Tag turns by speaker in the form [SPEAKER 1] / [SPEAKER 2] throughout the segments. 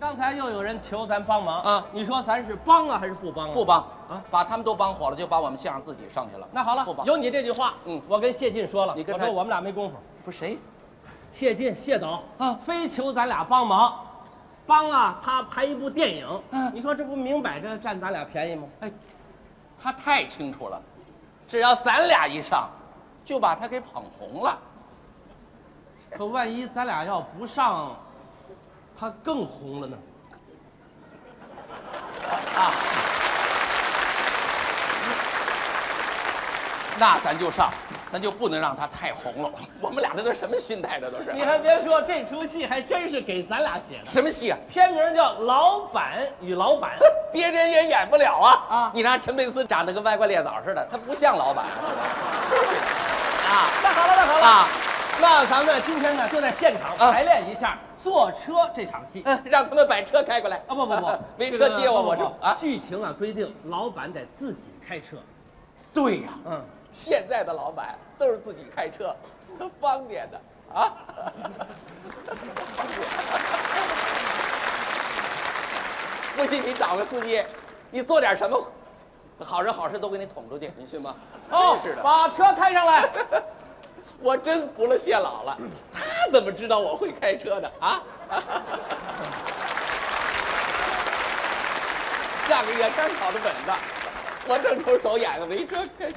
[SPEAKER 1] 刚才又有人求咱帮忙
[SPEAKER 2] 啊
[SPEAKER 1] 你说咱是帮啊还是不帮啊？
[SPEAKER 2] 不，帮
[SPEAKER 1] 啊
[SPEAKER 2] 把他们都帮火了，就把我们相声自己上去了。
[SPEAKER 1] 那好了
[SPEAKER 2] 不，帮
[SPEAKER 1] 有你这句话，
[SPEAKER 2] 嗯
[SPEAKER 1] 我跟谢晋说了，
[SPEAKER 2] 你跟
[SPEAKER 1] 我
[SPEAKER 2] 他
[SPEAKER 1] 说我们俩没工夫。
[SPEAKER 2] 不是谁？
[SPEAKER 1] 谢晋、谢导
[SPEAKER 2] 啊
[SPEAKER 1] 非求咱俩帮忙，帮啊，他拍一部电影，
[SPEAKER 2] 嗯
[SPEAKER 1] 你说这不明摆着占咱俩便 宜吗？
[SPEAKER 2] 哎，他太清楚了，只要咱俩一上，就把他给捧红了。
[SPEAKER 1] 可万一咱俩要不上，他更红 了呢。
[SPEAKER 2] 那咱就上，咱就不能让他太红了。 我们俩这都什么心态？这都
[SPEAKER 1] 你
[SPEAKER 2] 是
[SPEAKER 1] 还别说，这出戏还真是给咱俩写的，
[SPEAKER 2] 什么戏啊？
[SPEAKER 1] 片名叫《老板与老板》。
[SPEAKER 2] 别人也演不了啊！
[SPEAKER 1] 啊
[SPEAKER 2] 你让陈佩斯长得跟歪瓜裂枣似的，他不像老板啊
[SPEAKER 1] 那好了，那好了，
[SPEAKER 2] 啊！
[SPEAKER 1] 那咱们今天呢就在现场
[SPEAKER 2] 啊
[SPEAKER 1] 排练一下坐车这场戏。
[SPEAKER 2] 嗯， 让他们把车开过来
[SPEAKER 1] 啊不不
[SPEAKER 2] ，
[SPEAKER 1] 不
[SPEAKER 2] 没
[SPEAKER 1] 这
[SPEAKER 2] 车
[SPEAKER 1] 个
[SPEAKER 2] 接我，
[SPEAKER 1] 不
[SPEAKER 2] 我是
[SPEAKER 1] 不不
[SPEAKER 2] 啊，
[SPEAKER 1] 剧情啊规定，老板得自己开车。
[SPEAKER 2] 对呀、
[SPEAKER 1] 嗯，
[SPEAKER 2] 现在的老板都是自己开车，方便的啊。 不信你找个司机，你做点什么好人好事都给你捅出去，你信吗？
[SPEAKER 1] 哦
[SPEAKER 2] 真是，的，
[SPEAKER 1] 把车开上来。
[SPEAKER 2] 我真服了谢老了，他怎么知道我会开车的 啊？上个月刚考的本子，我正愁手痒痒没车开。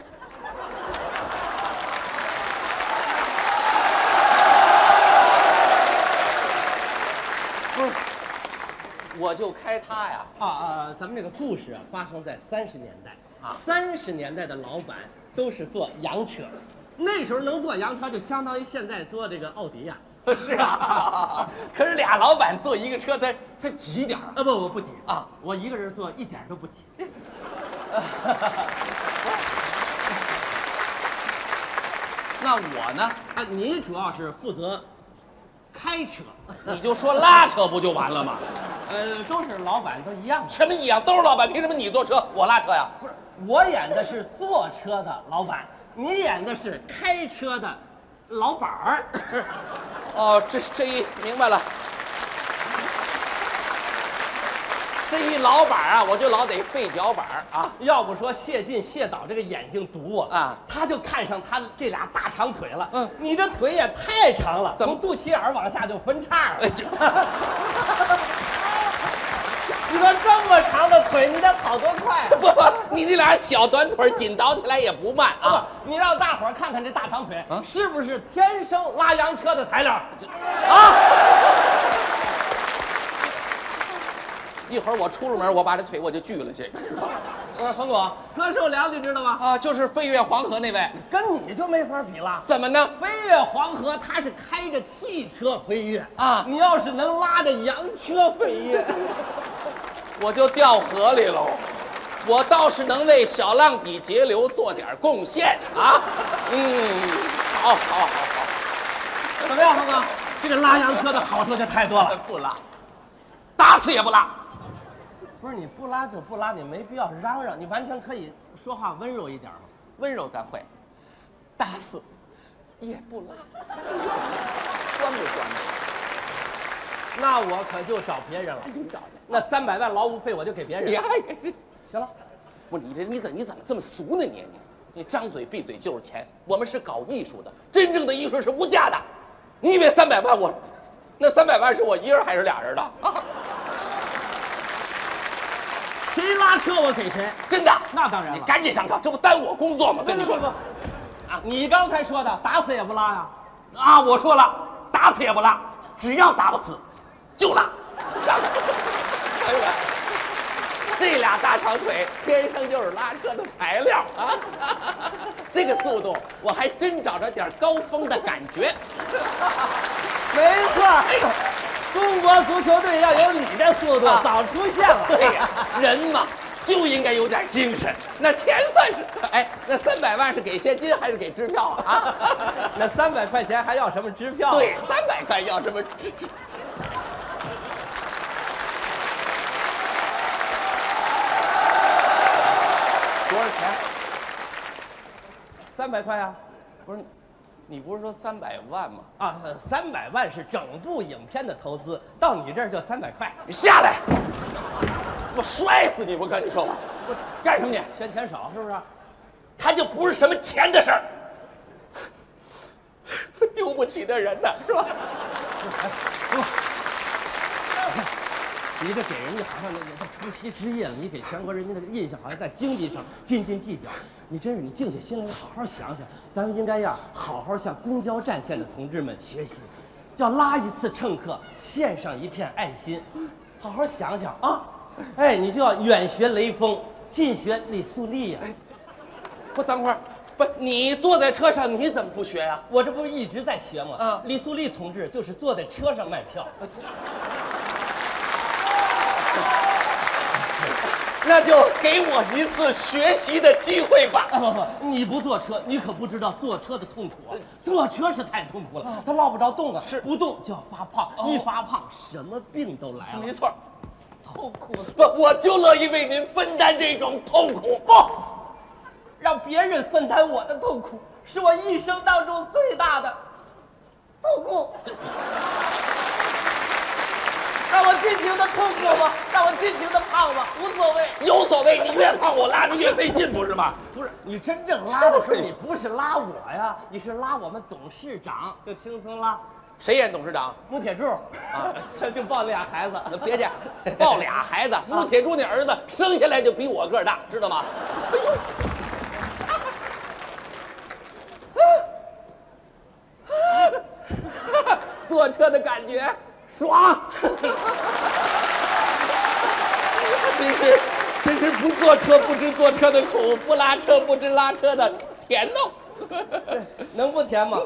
[SPEAKER 2] 不是，我就开它呀。
[SPEAKER 1] 啊啊，咱们这个故事啊，发生在三十年代
[SPEAKER 2] 啊
[SPEAKER 1] 三十年代的老板都是坐洋车，那时候能坐洋车就相当于现在坐这个奥迪呀、
[SPEAKER 2] 是啊，可是俩老板坐一个车，他他急点儿啊
[SPEAKER 1] 啊。。不，我不急
[SPEAKER 2] 啊，哎
[SPEAKER 1] 我一个人坐一点都不急。
[SPEAKER 2] 那我呢？
[SPEAKER 1] 啊，你主要是负责开车，
[SPEAKER 2] 你就说拉扯不就完了吗？
[SPEAKER 1] 呃，都是老板都一样的。
[SPEAKER 2] 什么一样都是老板，凭什么你坐车我拉车呀？
[SPEAKER 1] 不是，我演的是坐车的老板，你演的是开车的老板 儿。
[SPEAKER 2] 哦，这这一明白了。这一老板啊，我就老得费脚板儿啊。
[SPEAKER 1] 要不说谢晋、谢导这个眼睛毒啊，
[SPEAKER 2] 啊
[SPEAKER 1] 他就看上他这俩大长腿了。
[SPEAKER 2] 嗯
[SPEAKER 1] 你这腿也太长了，
[SPEAKER 2] 怎么
[SPEAKER 1] 从肚脐眼儿往下就分叉了。
[SPEAKER 2] 哎这
[SPEAKER 1] 你说这么长的腿，你得跑多快啊？
[SPEAKER 2] 不不，你那俩小短腿儿紧倒起来也不慢啊。
[SPEAKER 1] 啊不，你让大伙儿看看这大长腿、
[SPEAKER 2] 啊
[SPEAKER 1] 是不是天生拉洋车的材料？啊，
[SPEAKER 2] 一会儿我出了门，我把这腿我就锯了去。
[SPEAKER 1] 我说呃冯巩，柯受良你知道吗？
[SPEAKER 2] 啊，就是飞越黄河那位，
[SPEAKER 1] 跟你就没法比了。
[SPEAKER 2] 怎么呢？
[SPEAKER 1] 飞越黄河，他是开着汽车飞跃
[SPEAKER 2] 啊
[SPEAKER 1] 你要是能拉着洋车飞跃。
[SPEAKER 2] 我就掉河里喽。我倒是能为小浪底节流做点贡献啊。嗯，好好好好，
[SPEAKER 1] 怎么样，峰哥？这个拉洋车的好处就太多了。
[SPEAKER 2] 不拉，打死也不拉。
[SPEAKER 1] 不是你不拉就不拉，你没必要嚷嚷，你完全可以说话温柔一点嘛。
[SPEAKER 2] 温柔咱会，打死也不拉，酸不酸？
[SPEAKER 1] 那我可就找别人了，
[SPEAKER 2] 你找去，
[SPEAKER 1] 那三百万劳务费我就给别
[SPEAKER 2] 你
[SPEAKER 1] 人。
[SPEAKER 2] 爱给谁？
[SPEAKER 1] 行了，
[SPEAKER 2] 不是你这你怎你怎么这么俗呢你你你张嘴闭嘴就是钱，我们是搞艺术的，真正的艺术是无价的。你以为三百万我，那三百万是我一人还是俩人的？啊，
[SPEAKER 1] 谁拉车我给谁。
[SPEAKER 2] 真的？
[SPEAKER 1] 那当然了
[SPEAKER 2] 你赶紧上车，这不耽误我工作吗？跟你说
[SPEAKER 1] 不不啊，你刚才说的打死也不拉呀、
[SPEAKER 2] 啊，我说了，打死也不拉，只要打不死，就拉。上来 哎呦喂这俩大长腿天生就是拉车的材料啊！ 这个速度，我还真找着点高峰的感觉。
[SPEAKER 1] 没错，哎中国足球队要有你这速度，
[SPEAKER 2] 啊
[SPEAKER 1] 早出现了。
[SPEAKER 2] 对呀、 人嘛就应该有点精神。那钱算是，哎，那三百万是给现金还是给支票啊？
[SPEAKER 1] 那三百块钱还要什么支票？啊
[SPEAKER 2] 对，三百块要什么支？支多少钱？
[SPEAKER 1] 三百块啊。
[SPEAKER 2] 不是，你不是说三百万吗？
[SPEAKER 1] 啊，三百万是整部影片的投资，到你这儿就三百块。
[SPEAKER 2] 你下来，我摔死你！我跟你说，我
[SPEAKER 1] 哎
[SPEAKER 2] 干什么你？
[SPEAKER 1] 嫌钱少是不是？啊
[SPEAKER 2] 他就不是什么钱的事儿，丢不起的人呢，是吧？
[SPEAKER 1] 你这给人家好像那那除夕之夜了，你给全国人民的印象好像在经济上斤斤计较。你真是你静下心来好好想想，咱们应该呀好好向公交战线的同志们学习，要拉一次乘客，献上一片爱心，好好想想啊！哎，你就要远学雷锋，近学李素丽呀、
[SPEAKER 2] 不，等会儿，不，你坐在车上，你怎么不学啊呀、
[SPEAKER 1] 我这不是一直在学吗？
[SPEAKER 2] 啊
[SPEAKER 1] 李素丽同志就是坐在车上卖票。
[SPEAKER 2] 那就给我一次学习的机会吧。
[SPEAKER 1] 啊不不，你不坐车，你可不知道坐车的痛苦啊！坐车是太痛苦了，他落不着洞啊，
[SPEAKER 2] 是
[SPEAKER 1] 不动就要发胖，一发胖什么病都来了
[SPEAKER 2] 没。错，
[SPEAKER 1] 痛苦死，
[SPEAKER 2] 不，我就乐意为您分担这种痛苦。不，
[SPEAKER 1] 让别人分担我的痛苦，是我一生当中最大的痛苦。让我尽情的痛苦吧，让我尽情的胖吧，无所谓。
[SPEAKER 2] 有所谓，你越胖我拉的越费劲，不是吗？
[SPEAKER 1] 不是你真正拉的时候，你不是拉我呀，你是拉我们董事长，就轻松拉。
[SPEAKER 2] 谁演董事长？
[SPEAKER 1] 穆铁柱 啊，就就抱那俩孩子，
[SPEAKER 2] 别介，抱俩孩子，穆铁柱那儿子生下来就比我个儿大，知道吗？哎呦，坐车的感觉爽， 真是真是不坐车不知坐车的苦，不拉车不知拉车的甜呐。
[SPEAKER 1] 能不甜吗？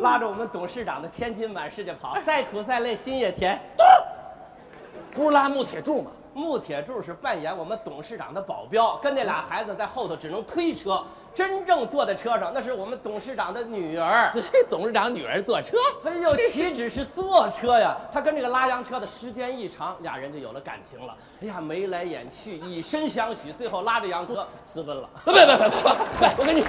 [SPEAKER 1] 拉着我们董事长的千金满世界跑，再苦再累心也甜。
[SPEAKER 2] 不是拉穆铁柱吗？
[SPEAKER 1] 穆铁柱是扮演我们董事长的保镖，跟那俩孩子在后头只能推车，真正坐在车上那是我们董事长的女儿。
[SPEAKER 2] 董事长女儿坐车，
[SPEAKER 1] 哎呦，岂止是坐车呀？他跟这个拉洋车的时间一长，俩人就有了感情了。哎呀，眉来眼去，以身相许，最后拉着洋车私奔了。
[SPEAKER 2] 不不不不不，我跟你，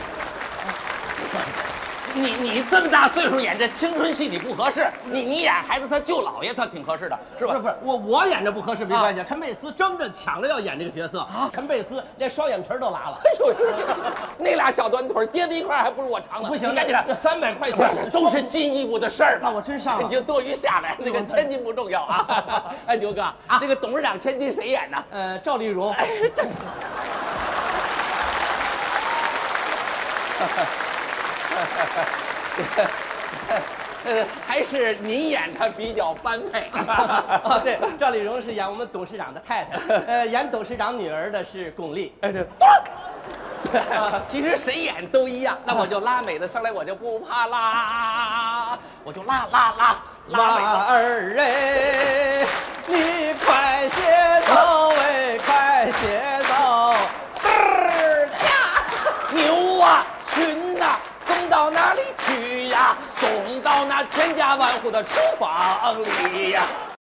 [SPEAKER 2] 你你这么大岁数演这青春戏你不合适，你你演孩子他舅姥爷他挺合适的，是
[SPEAKER 1] 不是
[SPEAKER 2] 吧？啊
[SPEAKER 1] 不是，我我演着不合适没关系。陈佩斯争着抢着要演这个角色，陈佩斯连双眼皮儿都拉了。
[SPEAKER 2] 哎呦，那俩小短腿接在一块儿还不如我长呢，
[SPEAKER 1] 不行，
[SPEAKER 2] 你赶紧
[SPEAKER 1] 那三百块
[SPEAKER 2] 不
[SPEAKER 1] 钱
[SPEAKER 2] 是，都是哎进一步的事儿嘛。
[SPEAKER 1] 那我真上了
[SPEAKER 2] 你就多余下来，那个千金不重要啊。 哎，牛哥，这个董事长千金谁演呢？
[SPEAKER 1] 呃，赵丽蓉，
[SPEAKER 2] 哎呃，还是您演他比较般配。
[SPEAKER 1] 啊，对，赵丽蓉是演我们董事长的太太，呃，演董事长女儿的是巩俐。
[SPEAKER 2] 哎，对，墩儿。 其实谁演都一样，那我就拉美的上来，我就不怕拉，我就拉拉拉拉美的。
[SPEAKER 1] 马儿哎，你快些走哎，快些走！嘚儿
[SPEAKER 2] 牛啊，群呐、送到哪里去呀？送到那千家万户的厨房里呀。